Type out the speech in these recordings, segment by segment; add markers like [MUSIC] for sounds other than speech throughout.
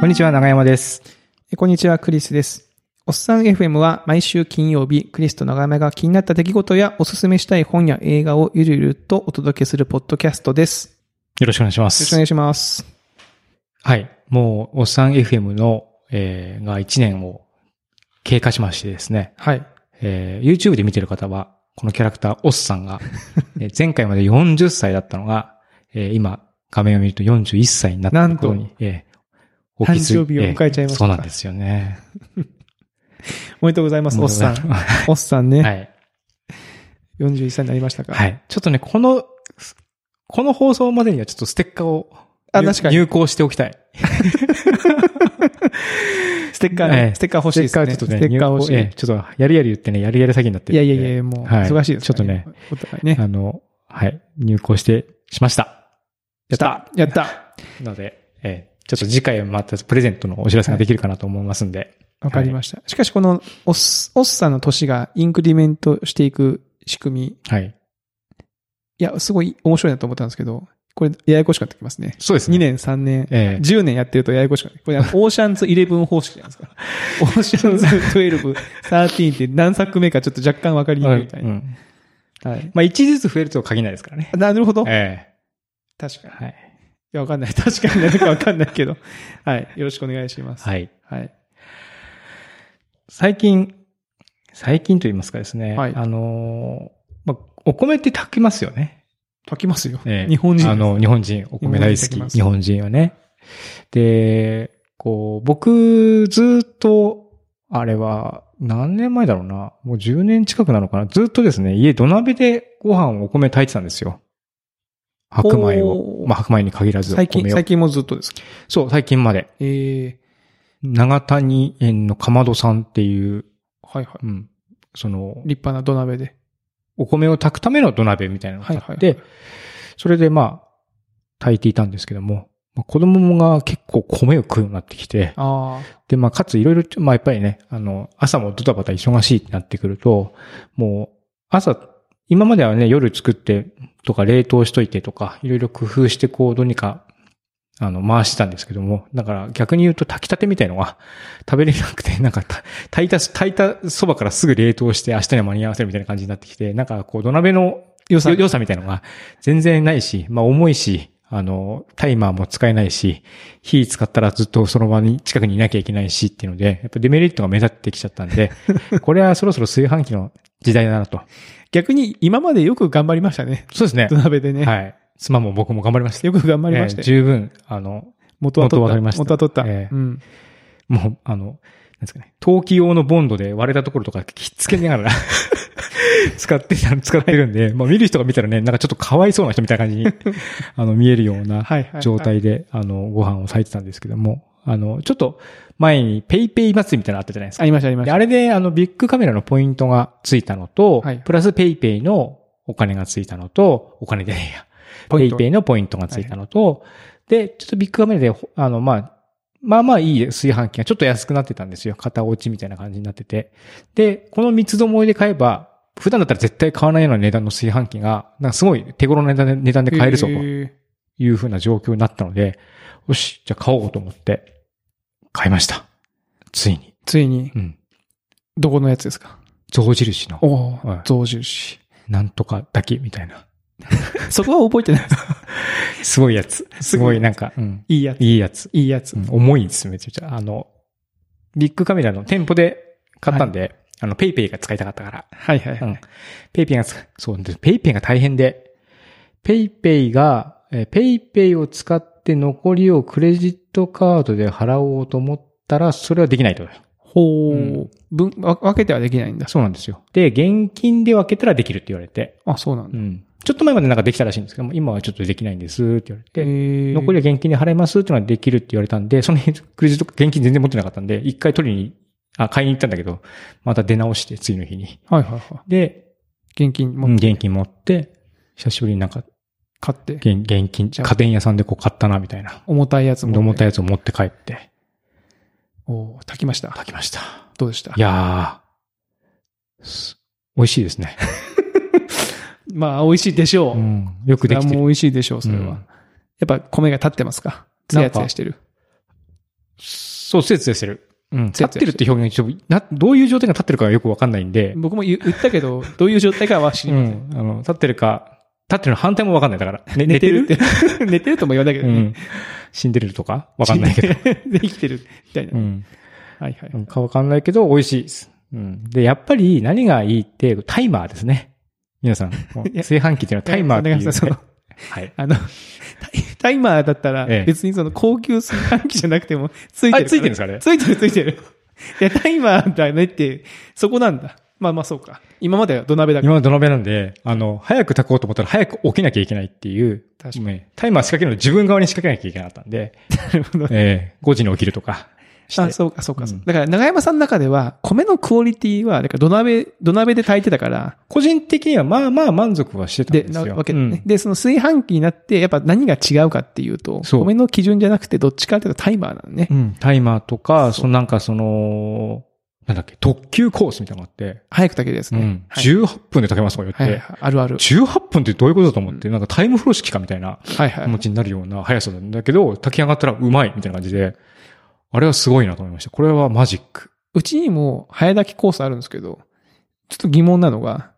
こんにちは、長山です。えこんにちは、クリスです。おっさん FM は毎週金曜日、クリスと長山が気になった出来事やおすすめしたい本や映画をゆるゆるとお届けするポッドキャストです。よよろしくお願いしまろしくす。お願いします。はい。もう、おっさん FM の、えーが1年を経過しましてですね、はい。えー YouTube で見てる方は、このキャラクター、おっさん [LAUGHS] が、えー前回まで40歳だったのが、えー今、画面を見ると41歳になったことに、えーお気づ誕生日を迎えちゃいましたかそうなんですよね。おめでとうございます、おっさん。 [LAUGHS] はおっさんね、い。 41歳になりましたか。はい。ちょっとね、この、この放送までにはちょっとステッカーをあ確かに入稿しておきたい。ステッカーね、ええステッカー欲しいですね。ステッカーちょっとね、ステッカー欲しい。入稿ええちょっと、やりやり言ってね、やりやり詐欺になっているやいんで。やいや、もう、はい忙しいですから。お互いね。あの、はい、入稿して、しました。やったやったので、ええちょっと次回はまたプレゼントのお知らせができるかなと思いますんで。わかりました。しかし、この、おっ、おっさんの年がインクリメントしていく仕組み、はい。いや、すごい面白いなと思ったんですけど、これ、ややこしかったきますね。そうですね。 2年、3年、ええ10年やってるとややこしくない。これ、あのオーシャンズ11方式じゃないです [LAUGHS] か。オーシャンズ12、13って何作目かちょっと若干わかりにくいみたいな。うんはい。まあ、1ずつ増えるとは限らないですからね。なるほど。え確かに。いえはい。や、わかんない。 [LAUGHS] 確かに何かわかんないけど。はい。よろしくお願いします。はい。はい。最近、最近と言いますかですね。はいあのーまあ、お米って炊きますよね。書きますよ。ええ日本人。あ、の、日本人、お米大日本人でき好まき。す日本人はね。で、こう、僕、ずっと、あれは、何年前だろうな。もう10年近くなのかな。ずっとですね、家土鍋でご飯をお米炊いてたんですよ。白米をお。ーまあ、白米に限らずお米最を。近、最近もずっとですか。そう、最近まで。ええ長谷園のかまどさんっていう、はいはい。うん、その、立派な土鍋で。お米を炊くための土鍋みたいなのを買って、はいはいはそれでまあ、炊いていたんですけども、まあ、子供が結構米を食うようになってきて、あでまあ、かついろいろ、まあやっぱりね、あの、朝もドタバタ忙しいってなってくると、もう、朝、今まではね、夜作ってとか冷凍しといてとか、いろいろ工夫してこう、どうにか、あの、回してたんですけども、だから逆に言うと炊きたてみたいのが食べれなくて、なんかた炊いた、炊いたそばからすぐ冷凍して明日には間に合わせるみたいな感じになってきて、なんかこう、土鍋の良さ、良さみたいのが全然ないし、まあ重いし、あの、タイマーも使えないし、火使ったらずっとその場に近くにいなきゃいけないしっていうので、やっぱデメリットが目立ってきちゃったんで、これはそろそろ炊飯器の時代だなと。あ。逆に、今までよく頑張りましたね。そうですね土。鍋 [LAUGHS] でね。はい。妻も僕も頑張りました。よく頑張りましたえーよ。十分、あの、元は取っ元は取た。りました元は取った。ええうん。もう、あの、なんですかね、陶器用のボンドで割れたところとかきっつけながら、 [LAUGHS] 使ってた、使ってるんで、まあ見る人が見たらね、なんかちょっとかわいそうな人みたいな感じに、あの、見えるような、はいはいはい。状態で、あの、ご飯を炊いてたんですけども、あの、ちょっと前にペイペイ祭りみたいなのあったじゃないですあか。りました、ありましでた。あれで、あの、ビッグカメラのポイントがついたのと、はいプラスペイペイのお金がついたのと、お金でねえや。ポペイントイペイのポイントがついたのと、で、ちょっとビッグカメラで、ほあの、まあ、まあまあいい炊飯器がちょっと安くなってたんですよ。片落ちみたいな感じになってて。で、この三つどもいで買えば、普段だったら絶対買わないような値段の炊飯器が、なんかすごい手頃な値段で値段で買えるぞと。えいうふうな状況になったので、よし、じゃあ買おうと思って、買いました。ついに。ーついに、うん。どこのやつですか象印の、おはーい象印。なんとかだけみたいな。 [LAUGHS] そこは覚えてないです。すごいやつ。すごいなんか、うん。いいやつ。 [LAUGHS] いいやつ。いいやつう。ん重いんですよ、めちゃくちゃ。あの、ビッグカメラの店舗で買ったんで、あの、ペイペイが使いたかったから。はいはいはうい。ん。ペイペイが使、そうで、ペイペイが大変で、ペイペイが、えーペイペイを使って残りをクレジットカードで払おうと思ったら、それはできないと。ほうう。分、わ分けてはできないんだ。そうなんですよ。で、現金で分けたらできるって言われて、あ、そうなんうだ。ん。ちょっと前までなんかできたらしいんですけども、今はちょっとできないんですって言われて、え残りは現金で払いますっていうのはできるって言われたんで、その辺、クレジット、現金全然持ってなかったんで、一回取りに、あ、買いに行ったんだけど、また出直して、次の日に。はいはいはで、い。現金うもん現金持って、久しぶりになんか、買って、現現金、じゃあ家電屋さんでこう買ったな、みたいな。重たいやつも。思ったやつを持って帰って、おー炊きました。炊きました。どうでしたいやー、す美味しいですね。まあ、美味しいでしょうう。ん。よくできそれはもてるう。美味しいでしょう、それは。うんやっぱ米が立ってますかツヤツヤしてる。そう、つやつやしてる。うん。つ立やっつやしててるるって表現、ちょっとな、どういう状態が立ってるかがよくわかんないんで、僕も言言ったけど、どういう状態かは知うりません。ん。あの、立ってるか、立ってるの反対もわかんない。だから、ね寝てるって、 [LAUGHS] 寝てるとも言わないけどうね。ん。死んでるとかわかんないけど。ど。で、 [LAUGHS] 生きてる。みたいな。うん。はいはい。うんかわかんないけど、美味しいです。うん。で、やっぱり何がいいって、タイマーですね。皆さん、も [LAUGHS] ういや炊飯器っていうのはタイマーっていいうやんで、そんなその [LAUGHS] はい。あの、タイタイマーだったらええ、別にその高級炊飯器じゃなくても、ついてる。あついてるんですかねついてるついてる。いや、タイマーだねって、そこなんだ。まあまあそうか。今までは土鍋だから。今の土鍋なんで、あの、早く炊こうと思ったら早く起きなきゃいけないっていう、確かにねタイマー仕掛けるの自分側に仕掛けなきゃいけなかったんで、なるほど。ええ5時に起きるとかして。あ、そうか、そうか。そううんだから、長山さんの中では、米のクオリティは、だから土鍋、土鍋で炊いてたから、個人的にはまあまあ満足はしてたんで、ですなよ。わけうでねん。で、その炊飯器になって、やっぱ何が違うかっていうと、そう米の基準じゃなくて、どっちかっていうとタイマーなのねう。んタイマーとか、そのなんかその、なんだっけ、特急コースみたいなのがあって、早く炊けるやつうね。ん、はい18分で炊けますとか言って、はいはい。あるある。 18分ってどういうことだと思って、なんかタイム風呂式かみたいなはいは気い持。ちになるような速さなんだけど、炊き上がったらうまいみたいな感じで、あれはすごいなと思いました。これはマジック。うちにも早炊きコースあるんですけど、ちょっと疑問なのが、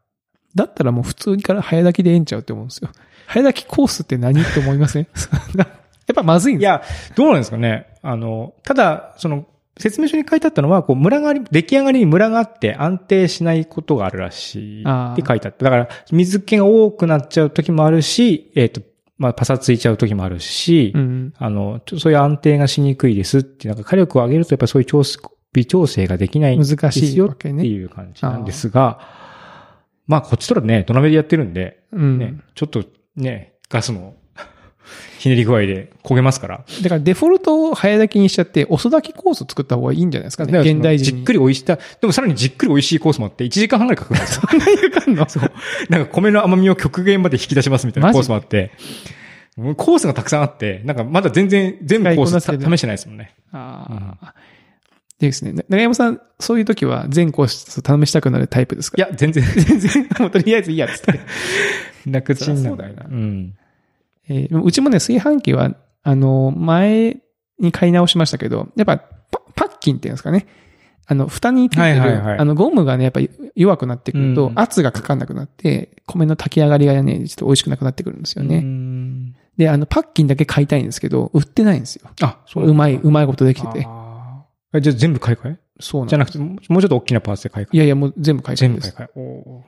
だったらもう普通から早炊きでええんちゃうって思うんですよ。早炊きコースって何って思いません [LAUGHS] やっぱまずいんいですや、どうなんですかね。あの、ただ、その、説明書に書いてあったのは、こう、ムラがあり、出来上がりにムラがあって安定しないことがあるらしいあーって書いてあって、だから、水気が多くなっちゃう時もあるし、えっ、と、まあ、パサついちゃう時もあるし、うん。あの、ちょそういう安定がしにくいですって、なんか火力を上げるとやっぱりそういう調整、微調整ができない難しいわけってね。いう感じなんですが、まあこっちとらね、土鍋でやってるんで、うん。ね、ちょっとね、ガスの [LAUGHS] ひねり具合で焦げますから。だからデフォルトを早炊きにしちゃって、遅炊きコース作った方がいいんじゃないですかだかね。らその現代じ人に。っくり美味しいた、でもさらにじっくり美味しいコースもあって、1時間半ぐらいかかるんですよ。 [LAUGHS] そう。なんか米の甘みを極限まで引き出しますみたいなマジコースもあって、もうコースがたくさんあって、なんかまだ全然、全部コース使いこなせ試てしてないですもんね。ああ。でですね。長山さん、そういう時は全コース試したくなるタイプですかいや、全然、 [LAUGHS] 全然、や、もうとりあえずいいやっつって。楽ちんなんそりゃそうだよなうん。えーうちもね、炊飯器は、あの、前に買い直しましたけど、やっぱパ、パッキンっていうんですかね。あの、蓋についてる、はいはいはいあの、ゴムがね、やっぱ弱くなってくると、うん圧がかかんなくなって、米の炊き上がりがね、ちょっと美味しくなくなってくるんですよね。ね。で、あの、パッキンだけ買いたいんですけど、売ってないんですよ。あ、そううままい、うまいことでいきてて。え、じゃあ全部買い替えそうなんじゃでなくて、もうもうちょっと大きなパーツで買い替す。いやいや、もう全部買え。いたい全部で買いす。替え。お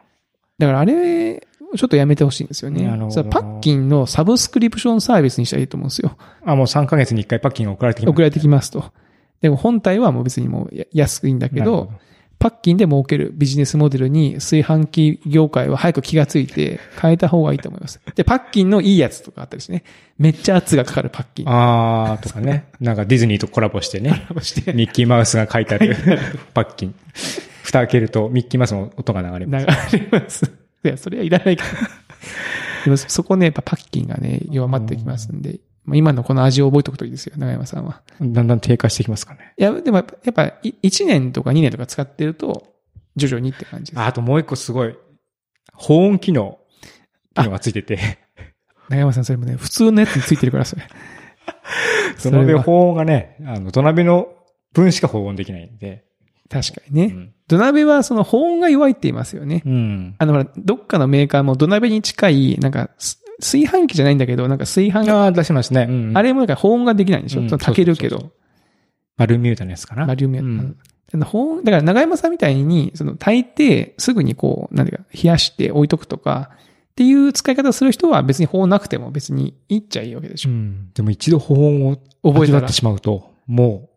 だからあれ、ちょっとやめてほしいんですよねなるほ。どそれパッキンのサブスクリプションサービスにしたらいいと思うんですよ。ーあ、もう3ヶ月に1回パッキンが送られてきます送られてきますと。でも本体はもう別にもうや安いんだけなるほど、パッキンで儲けるビジネスモデルに炊飯器業界は早く気がついて変えた方がいいと思います。で、パッキンのいいやつとかあったりしてね。めっちゃ圧がかかるパッキン。あー、とか [LAUGHS] ね。なんかディズニーとコラボして [LAUGHS] ね。して、ミッキーマウスが書いてあるパッキン。蓋開けるとミッキーマウスの音が流 [LAUGHS] れ流ます。れます。いや、それはいらないから。でもそこね、やっぱパッキンがね、弱まってきますんで、まあ今のこの味を覚えておくといいですよ、長山さんは。だんだん低下してきますかね。いや、でもやっぱやっぱい1年とか2年とか使ってると、徐々にって感じです。あ、あともう一個すごい。保温機能。機能がついてて。長山さん、それもね、普通のやつについてるから、それ。 [LAUGHS] 土れは鍋保温がね、あの、土鍋の分しか保温できないんで。確かにうね。ん。土鍋はその保温が弱いって言いますよね。うん。あの、ほら、どっかのメーカーも土鍋に近い、なんか、す炊飯器じゃないんだけど、なんか炊飯器、ああ、出しますね。うんあれもなんか保温ができないんでしょ、うんその炊けるけそうそうど、まあ、ルミュータのやつかな。マリウムやうんあの保温、だから長山さんみたいに、その炊いて、すぐにこう、なんていうか、冷やして置いとくとか、っていう使い方する人は別に保温なくても別にいいっちゃいいわけでしうょ。ん。でも一度保温を覚え味たわっらて。しまうと、も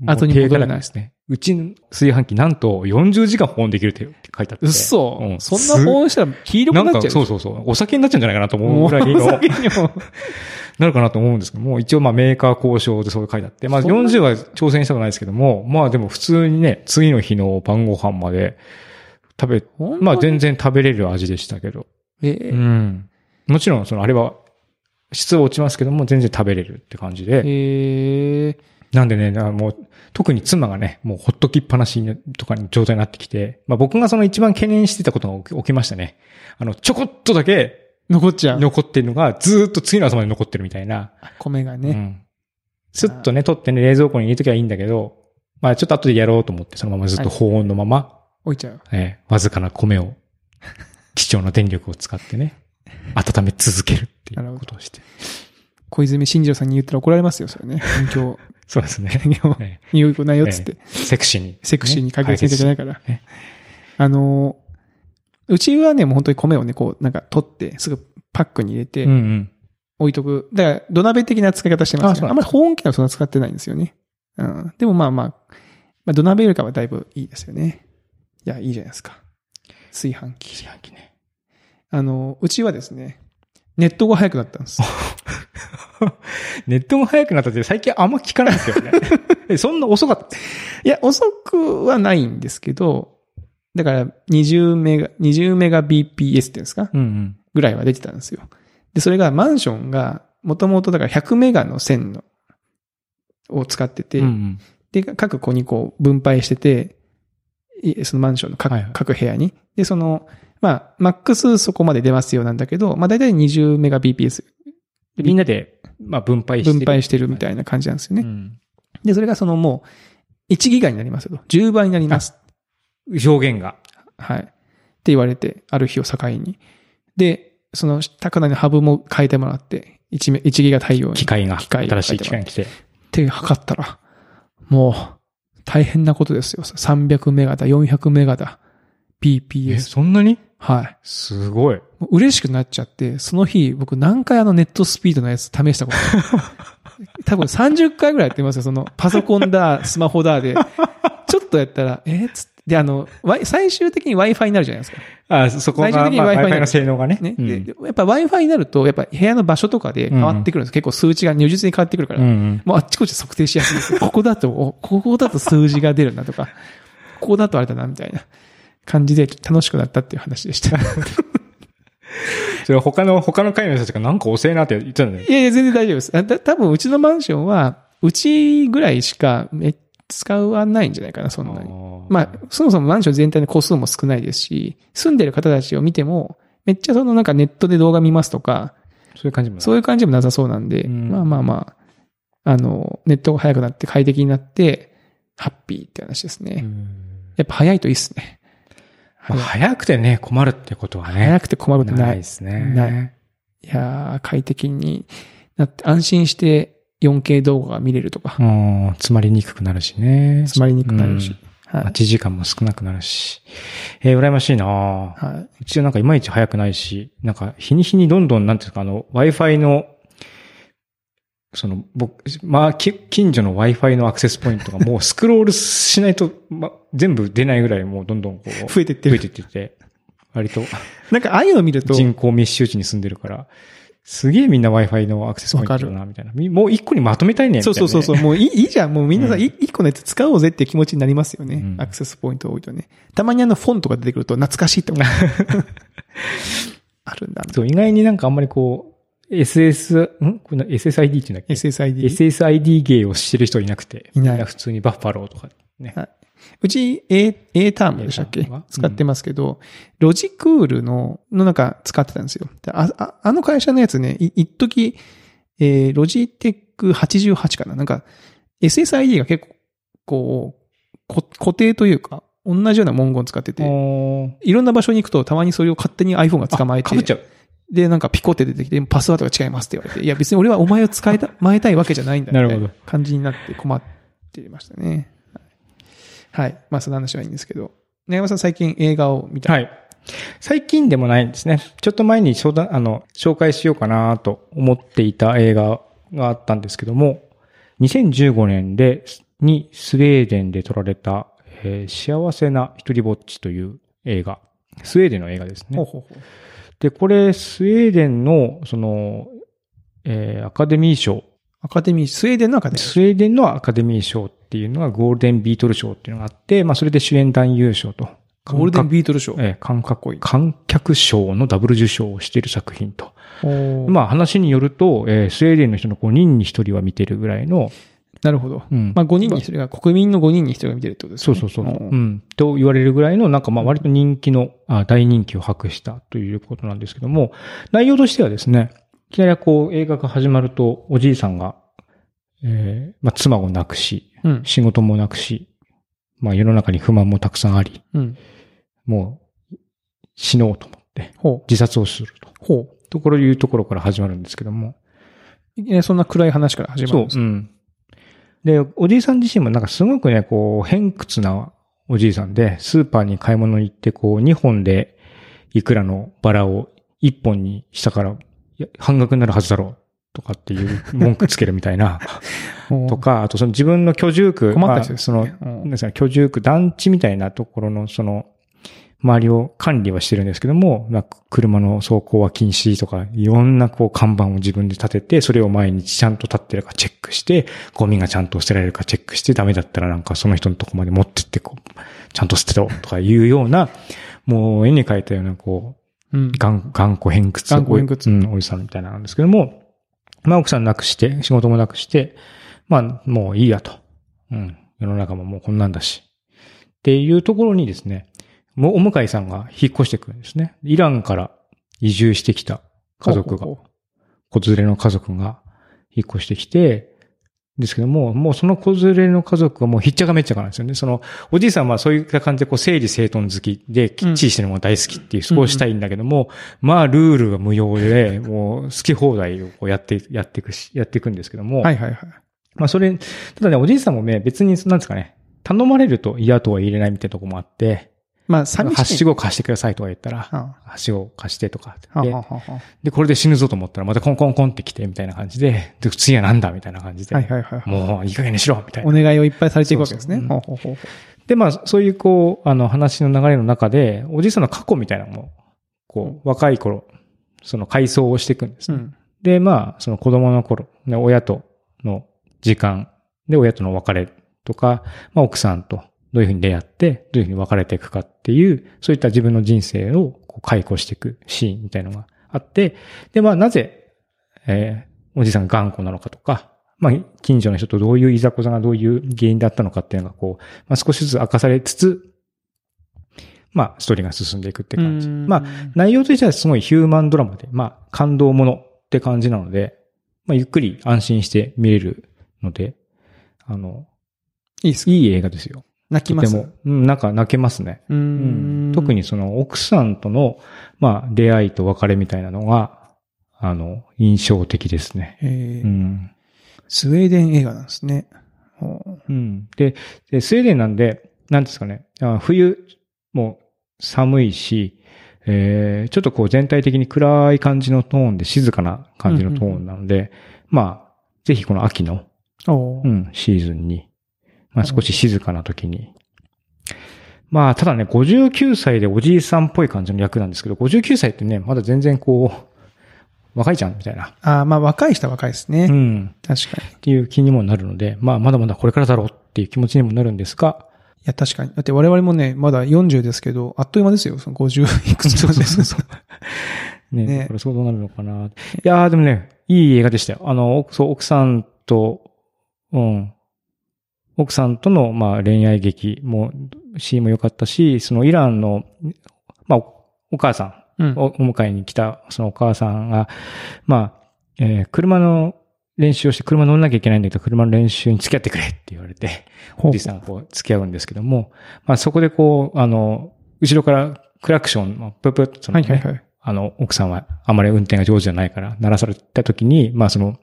う、もう後に戻れない手がかですね。うちの炊飯器なんと40時間保温できるって書いてあって。うっそ、うんそんな保温したら黄色なくなんっかちゃう。そううそうそう。お酒になっちゃうんじゃないかなと思もううぐらいの、先にも。なるかなと思うんですけども、一応まあメーカー交渉でそういう書いてあって、まあそんな40は挑戦したくないですけども、まあでも普通にね、次の日の晩ご飯まで食べ、本当にまあ全然食べれる味でしたけど。えうーん。もちろん、その、あれは、質は落ちますけども、全然食べれるって感じで。えーなんでね、だからもう、特に妻がね、もうほっときっぱなしにとかに状態になってきて、まあ僕がその一番懸念してたことが起き起きましたね。あの、ちょこっとだけ残っちゃう。残ってるのが、ずーっと次の朝まで残ってるみたいな。米がね。うんスッとね、取ってね、冷蔵庫に入れときゃいいんだけど、まあちょっと後でやろうと思って、そのままずっと保温のまま、置いちゃう。えーわずかな [LAUGHS] 米を、貴重な電力を使ってね、温め続けるっていなるうほどことをして。小泉進次郎さんに言ったら怒られますよ、それ [LAUGHS] ね。勉強、そうです [LAUGHS] ね。え匂いこないよっつって。ーセクシーに、セクシーに解決してんじゃなないいから。ねあのー、うちはね、もう本当に米をね、こう、なんか取って、すぐパックに入れうんて、うん。置いとく。だから、土鍋的な使い方してまあすそうね。あなんんまり保温器はそんな使ってないんですよね。うん。でもまあまあ、まあ、土鍋よりかはだいぶいいですよね。いや、いいじゃないですか。炊飯器。自販機ね。あのー、うちはですね、ネットが早くなったん [LAUGHS] です。ネットが早くなったって最近あんま聞かないですよ [LAUGHS] ね。えそんな遅かった。いや、遅くはないんですけど、だから20メガ、20メガ BPS っていうんですかうんうん。ぐらいは出てたんですよ。で、それがマンションが、もともとだから100メガの線の、を使ってて、うんうんで、各子にこう分配してて、いそのマンションの各,、はいはい各部屋に。で、その、まあ、マックスそこまで出ますよなんだけど、まあ大体20メガ BPS でみんなで、まあ分配してる。分配してるみたいな感じなんですよね。うんで、それがそのもう1ギガになりますよと。10倍になります。表現が。はい。って言われて、ある日を境に。で、その、高菜のハブも変えてもらって、1, メ1ギガ対応に。機械が。機械新しい機械が来て。って測ったら、もう、大変なことですよ。300メガだ、400メガだ、え、 BPS。そんなにはい。すごい。もう嬉しくなっちゃって、その日、僕何回あのネットスピードのやつ試したことあ [LAUGHS] る多分30回ぐらいやってますよ。その、パソコンだ、スマホだで。ちょっとやったら、えー、つって。で、あの、Wi- 最終的に Wi-Fi になるじゃないですか。あ、そこ最終が、的にまあ Wi-Fi に Wi-Fi の性能がね。ね。うんで、やっぱ Wi-Fi になると、やっぱ部屋の場所とかで変わってくるんです。結構数値が如実に変わってくるから。うんうんもうあっちこっち測定しやすい [LAUGHS] です。ここだと、おここだと数字が出るなとか、ここだとあれだな、みたいな感じで楽しくなったっていう話でした。いそれ他の、他の会の人たちがなんか遅えなって言ってたんだよ。やいや、全然大丈夫です。あた多分うちのマンションは、うちぐらいしかめ使わないんじゃないかな、そんなに。まあ、そもそもマンション全体の個数も少ないですし、住んでる方たちを見ても、めっちゃそのなんかネットで動画見ますとか、そういう感じもないそういう感じもなさそうなんで、うんまあまあまあ、あの、ネットが速くなって快適になって、ハッピーって話ですね。うんやっぱ早いといいっすね。まあ早い早くてね、困るってことはね。早くて困ることない。ないいですね。ないやー、快適になって、安心して 4K 動画が見れるとかう、ん、詰まりにくくなるしね。詰まりにくくなるし。うん。は待い。ち時間も少なくなるし。えー羨ましいなはい。うちはなんかいまいち早くないし、なんか日に日にどんどん、なんていうか、あの、Wi-Fi の、その、僕、まあ、き近所の Wi-Fi のアクセスポイントが [LAUGHS] もうスクロールしないと、ま、全部出ないぐらいもうどんどんこう、[LAUGHS] 増増えてってえる。てってて、割となんかああいうの見ると、人口密集地に住んでるから、すげえみんな Wi-Fi のアクセスポイントだな、みたいな。みもう一個にまとめたいね、みたそいうな、そうそうそう、もういいいいじゃん。もうみんなさ、うんい一個のやつ使おうぜっていう気持ちになりますよね。うんアクセスポイント多いとね。たまにあのフォンとか出てくると懐かしい [LAUGHS] と思う。あるんだ。そう、意外になんかあんまりこう、SS、んこれな ?SSID って言うんだっけ SSID。 SSID 芸をしてる人いなくて。いないみん普通にバッファローとかね。うち A、A タームでしたっけ A タームは使ってますけど、ロジクールの、のなんか使ってたんですよ。であ、ああの会社のやつね、い一時、えーロジテック88かななんか、SSID が結構、こう、こ固定というか、同じような文言使ってて、おーいろんな場所に行くとたまにそれを勝手に iPhone が捕まえあ被っちて、ゃう。で、なんかピコって出てきて、パスワードが違いますって言われて、いや別に俺はお前を使 [LAUGHS] いた、前たいわけじゃないんだなるみたほいどな感じになって困っていましたね。はい。はいまあその話はいいんですけど、長山さん最近映画を見た。はい。最近でもないんですね。ちょっと前に相談、あの、紹介しようかなと思っていた映画があったんですけども、2015年で、にスウェーデンで撮られた、えー幸せな一人ぼっちという映画。スウェーデンの映画ですね。ほうほうほう。で、これ、スウェーデンの、その、えーアカデミー賞、アカデミー、スウェーデンのアカデミー。スウェーデンのアカデミー賞っていうのがゴールデンビートル賞っていうのがあって、まあ、それで主演男優賞と。ゴールデンビートル賞。えー、観こい客い観客賞のダブル受賞をしている作品と。まあ、まあ話によると、えースウェーデンの人の5人に1人は見てるぐらいの、なるほど。うんまあ5人に1人が、国民の5人に1人が見てるってことですそようね。そうそう、んうん、と言われるぐらいの、なんかまあ割と人気の、あ大人気を博したということなんですけども、内容としてはですね、いきなりこう映画が始まると、おじいさんが、えーまあ、妻を亡くし、うん。仕事もなくし、まあ世の中に不満もたくさんあり、うん。もう死のうと思ってほう。自殺をすると。ほところいうところから始まるんですけども。う。えそんな暗い話から始まるんですう、うん。で、おじいさん自身もなんかすごくね、こう、偏屈なおじいさんで、スーパーに買い物行って、こう、2本でいくらのバラを1本にしたから、いや半額になるはずだろう。とかっていう文句つけるみた [LAUGHS] いな。ほうとか、あとその自分の居住区。困った人です、まあその、うなんんですか、居住区、団地みたいなところの、その、周りを管理はしてるんですけども、まあ、車の走行は禁止とか、いろんなこう看板を自分で立てて、それを毎日ちゃんと立ってるかチェックして、ゴミがちゃんと捨てられるかチェックして、ダメだったらなんかその人のとこまで持ってって、こう、ちゃんと捨てろとかいうような、もう絵に描いたような、こう、うん。頑頑固偏屈。頑固偏屈うん、おじさんみたいなのなんですけども、まあ奥さんなくして、仕事もなくして、まあもういいやと。うん。世の中ももうこんなんだし。っていうところにですね、もうお向井さんが引っ越してくるんですね。イランから移住してきた家族がほう、ほ子連れの家族が引っ越してきて、ですけども、もうその子連れの家族はもうひっちゃかめっちゃかなんですよね。その、おじいさんはそういった感じでこう整理整頓好きで、きっちりしてるのが大好きっていう、そうしたいんだけども、まあルールが無用で、もう好き放題をこうやって、やっていくし、やっていくんですけども、うはいはいはい。まあそれ、ただね、おじいさんもね、別に、なんですかね、頼まれると嫌とは言えないみたいなとこもあって、まあ、は寂しい。っしご貸してくださいとか言ったら、ははしご貸してとかってあ。はあ言っはてあはあはで、これで死ぬぞと思ったら、またコンコンコンって来て、みたいな感じで、で、次はなんだみたいな感じあで、はいはいはいはい。もういい加減にしろみたいおな。願いをいっぱいされていくわけですね。そほうそうほうほうほで、まあ、そういうこう、あの、話の流れの中で、おじいさんの過去みたいなのも、こう、若い頃、その回想をしていくんですう。うね。ん。で、まあ、その子供の頃、ね親との時間、で、親との別れとか、まあ、奥さんとどういうふうに出会って、どういうふうに別れていくかっていう、そういった自分の人生をこう解雇していくシーンみたいなのがあって、で、まあ、なぜ、えーおじさんが頑固なのかとか、まあ、近所の人とどういういざこざがどういう原因だったのかっていうのが、こう、まあ、少しずつ明かされつつ、まあ、ストーリーが進んでいくって感じ。まあ、内容としてはすごいヒューマンドラマで、まあ、感動ものって感じなので、まあ、ゆっくり安心して見れるので、あの、いいですかいい映画ですよ。泣きとまてす。も、うん、なんか泣けますね。うーうんん。特にその奥さんとの、まあ、出会いと別れみたいなのが、あの、印象的ですね。えーうん。スウェーデン映画なんですね。ほううん。で、でスウェーデンなんで、なんですかね、あ冬も寒いし、えー、ちょっとこう全体的に暗い感じのトーンで静かな感じのトーンなので、まあ、ぜひこの秋の、おうーん、シーズンに、まあ少し静かな時に。まあ、ただね、59歳でおじいさんっぽい感じの役なんですけど、59歳ってね、まだ全然こう、若いじゃんみたいな。ああ、まあ若い人は若いですね。うん。確かに。いっていう気にもなるので、まあ、まだまだこれからだろうっていう気持ちにもなるんですが、や、確かに。だって我々もね、まだ40ですけど、あっという間ですよ。その50いくつそうそうそう [LAUGHS] そう。ねねだからそうどうなるのかな。いやーでもね、いい映画でしたよ。あの、奥そう奥さんと、うん。奥さんとの、まあ、恋愛劇も、シーンも良かったし、そのイランの、まあ、おお母さうんん、おお迎えに来た、そのお母さんが、まあ、えー車の練習をして、車乗らなきゃいけないんだけど、車の練習に付き合ってくれって言われて、ほおうじいさんがこう付き合うんですけども、まあそこでこう、あの、後ろからクラクション、まあプップッとそのはいね、はいはい。あの、奥さんはあまり運転が上手じゃないから、鳴らされた時に、まあその、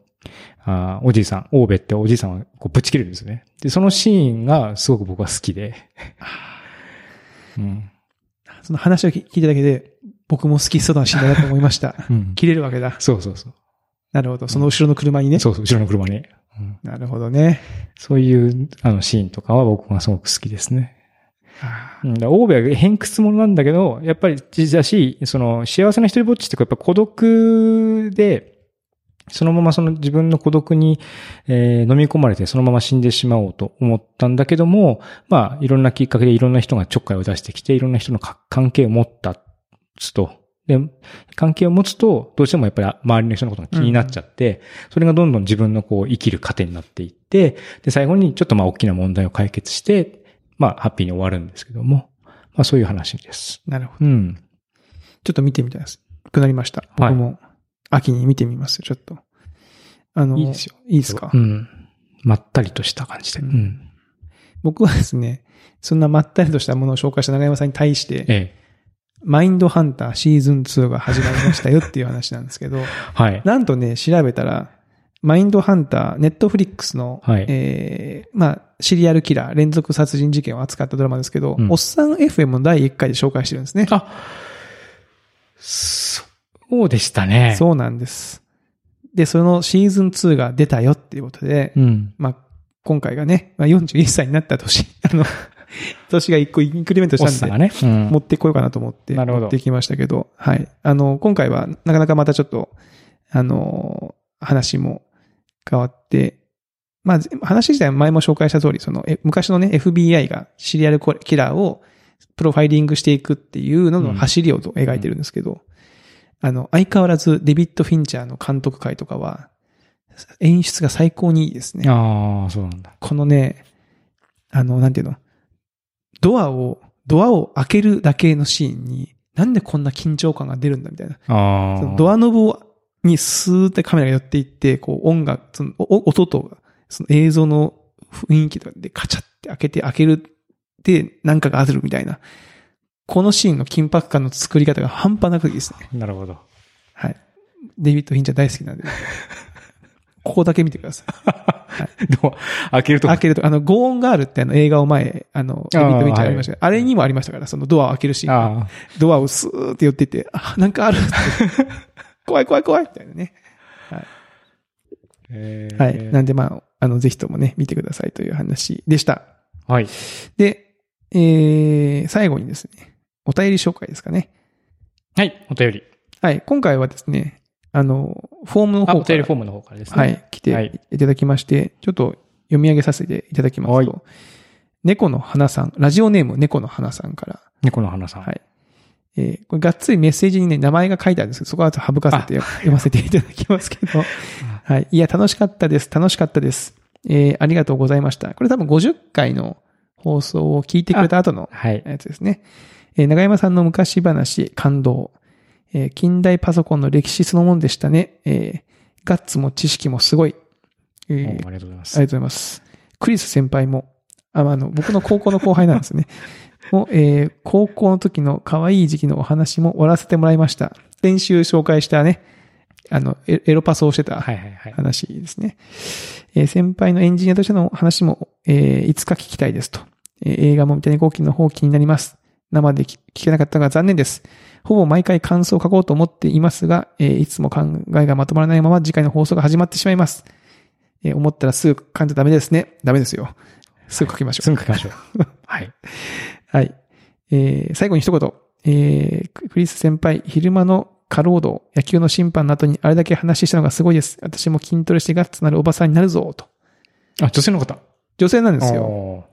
あーおじいさん、オーベっておじいさんはこうぶち切れるんですね。で、そのシーンがすごく僕は好きで。 [LAUGHS] うん。その話を聞いただけで、僕も好きそうなシーンだなと思いま [LAUGHS] した。うん。切れるわけだ。そうそうそう。なるほど。その後ろの車にね。そうそう、後ろの車に。うんなるほどね。そういう、あの、シーンとかは僕がすごく好きですね。あうん、だから欧米は偏屈者なんだけど、やっぱり自だし、その幸せな一人ぼっちってやっぱ孤独で、そのままその自分の孤独に、えー飲み込まれてそのまま死んでしまおうと思ったんだけども、まあいろんなきっかけでいろんな人がちょっかいを出してきて、いろんな人のか関係を持ったつと。で、関係を持つと、どうしてもやっぱり周りの人のことが気になっちゃって、それがどんどん自分のこう生きる糧になっていって、で、最後にちょっとまあ大きな問題を解決して、まあハッピーに終わるんですけども、まあそういう話です。なるほど。うん。ちょっと見てみたいです。くなりました。は僕いも、秋に見てみますよ、ちょっと。あの、いいですよ。いいですか、うん。まったりとした感じで。ううんん。僕はですね、そんなまったりとしたものを紹介した長山さんに対して、えマインドハンターシーズン2が始まりましたよっていう話なんです [LAUGHS] けど、え。はい。なんとね、調べたら、マインドハンター、ネットフリックスの、はいえーまあ、シリアルキラー、連続殺人事件を扱ったドラマですけど、うんおっさん FM の第1回で紹介してるんですね。あ、そうでしたね。そうなんです。で、そのシーズン2が出たよっていうことで、うん。まあ、今回がね、まあ、41歳になった年、 [LAUGHS] あの、年が一個インクリメントしおったさんんがで、ね。うん持ってこようかなと思って、なるほど持ってきましたけど、はい。あの、今回はなかなかまたちょっと、あの、話も変わって、まあ、話自体は前も紹介した通り、その、え昔のね、FBI がシリアルコキラーをプロファイリングしていくっていうのの走りをと描いてるんですけど、あの、相変わらずデビッド・フィンチャーの監督会とかは、演出が最高にいいですね。ああ、そうなんだ。このね、あの、なんていうの、ドアを、ドアを開けるだけのシーンに、なんでこんな緊張感が出るんだみたいな。あそのあ。ドアノブをにスーってカメラが寄っていって、こう音楽、そのお音と、その映像の雰囲気とかでカチャって開けて開けるでなんかが当たるみたいな。このシーンの緊迫感の作り方が半端なくいいですね。なるほど。 [LAUGHS] はい。デビッド・フィンチャー大好きなんで。ここだけ見てください。ドア、開けるとこ開けると、あの、ゴーンガールってあの映画を前、あの、エビット・ウィンチャーありましたけどあれにもありましたから、そのドアを開けるシーン。あドアをスーって寄ってって、あ、なんかある [LAUGHS] って。怖い怖い怖いみたいなね。あ。えーはい。なんでまあ、あの、ぜひともね、見てくださいという話でした。はい。で、えー、最後にですね、お便り紹介ですかね。はい。お便り。はい。今回はですね、あの、フォームのあ、方おか便りらフォームの方からですね。は。い、来はいていただきまして、ちょっと読み上げさせていただきまはすいと、猫の花さん、ラジオネーム猫の花さんから、猫の花さん。はい。えーこれがっつりメッセージにね、名前が書いてあるんですけど、そこはちょっと省かせて読ませていただきますけど、はい。いや、楽しかったです。楽しかったです。えーありがとうございました。これ多分50回の放送を聞いてくれた後のはい。やつですね。えー長山さんの昔話、感動。えー近代パソコンの歴史そのものでしたね。えーガッツも知識もすごい。えおあーりがとうございまあすりが。とうございます。クリス先輩も、あまああの僕の高校の後輩なん [LAUGHS] ですね。もう、えー高校の時の可愛い時期のお話も終わらせてもらいました。先週紹介したね、あの、エエロパスをしてたはいはいはい。話ですね。えー先輩のエンジニアとしての話も、えーいつか聞きたいですと。えー映画も三谷幸喜の方気になります。生で聞聞けなかったのが残念です。ほぼ毎回感想を書こうと思っていますが、えーいつも考えがまとまらないまま次回の放送が始まってしまいます。えー思ったらすぐ書いてダメですね。ダメですよ。すぐ書きましょうす。ぐ書きましょ [LAUGHS] う。はい。はい。えー最後に一言。えーククリス先輩、昼間の過労働、野球の審判の後にあれだけ話したのがすごいです。私も筋トレしてガッツなるおばさんになるぞ、と。あ、女性の方。女性なんですよ。お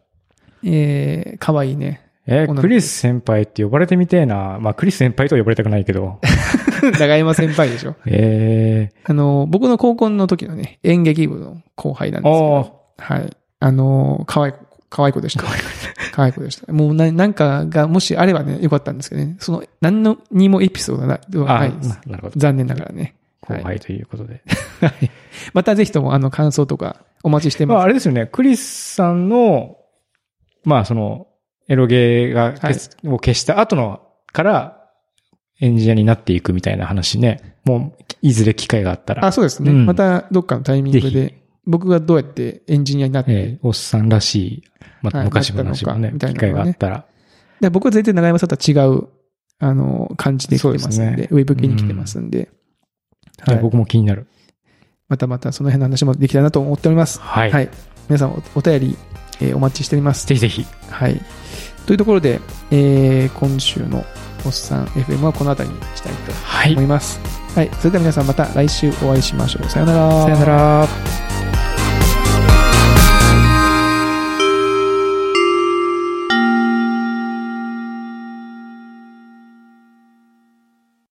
ーえー、可愛いね。え女のー、子クリス先輩って呼ばれてみてえな。まあ、クリス先輩とは呼ばれたくないけど。長山先輩でしょ。 [LAUGHS] えあの、僕の高校の時のね、演劇部の後輩なんー、ですけおーど。はい。あの、可愛い子、可愛い子で [LAUGHS] した。可愛い子。でした。もうな、なんかが、もしあればね、よかったんですけどね。その、何のにもエピソードがないはあ、ないです。ななるほど。残念ながらね。後輩ということで。はい。またぜひとも、あの、感想とかお待ちしてまあ、まあれですよね。クリスさんの、まあ、その、エロゲーが消す、を消した後の、から、エンジニアになっていくみたいな話ね。もう、いずれ機会があったす。ら。あ、そうですね。うんまた、どっかのタイミンぜグひ、でえ、僕がどうやってエンジニアになって、ーおっさんらしい、まはあ、い昔話もね、なった機のかみたいなの会ががあねったら。で僕は全然長山さんとは違う、あの、感じで来てますんそうで、ですねウェブ系に来てますんで、いはやい。僕も気になる。またまたその辺の話もできたらなと思っております。ははい。い。皆さんおお便り、えーお待ちしております。ぜひぜひ。はい。というところで、えー今週のおっさん FM はこの辺りにしたいとはい思。います。はい。それでは皆さんまた来週お会いしましょう。さようなら。さよなら。